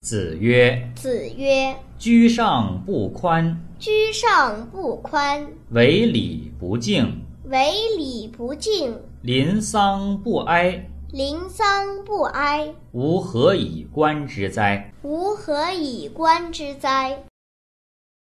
子曰子曰：“居上不宽，：“居上不宽，为礼不敬，为礼不敬，临丧不哀，临丧不哀，吾何以观之哉？”吾何以观之哉？”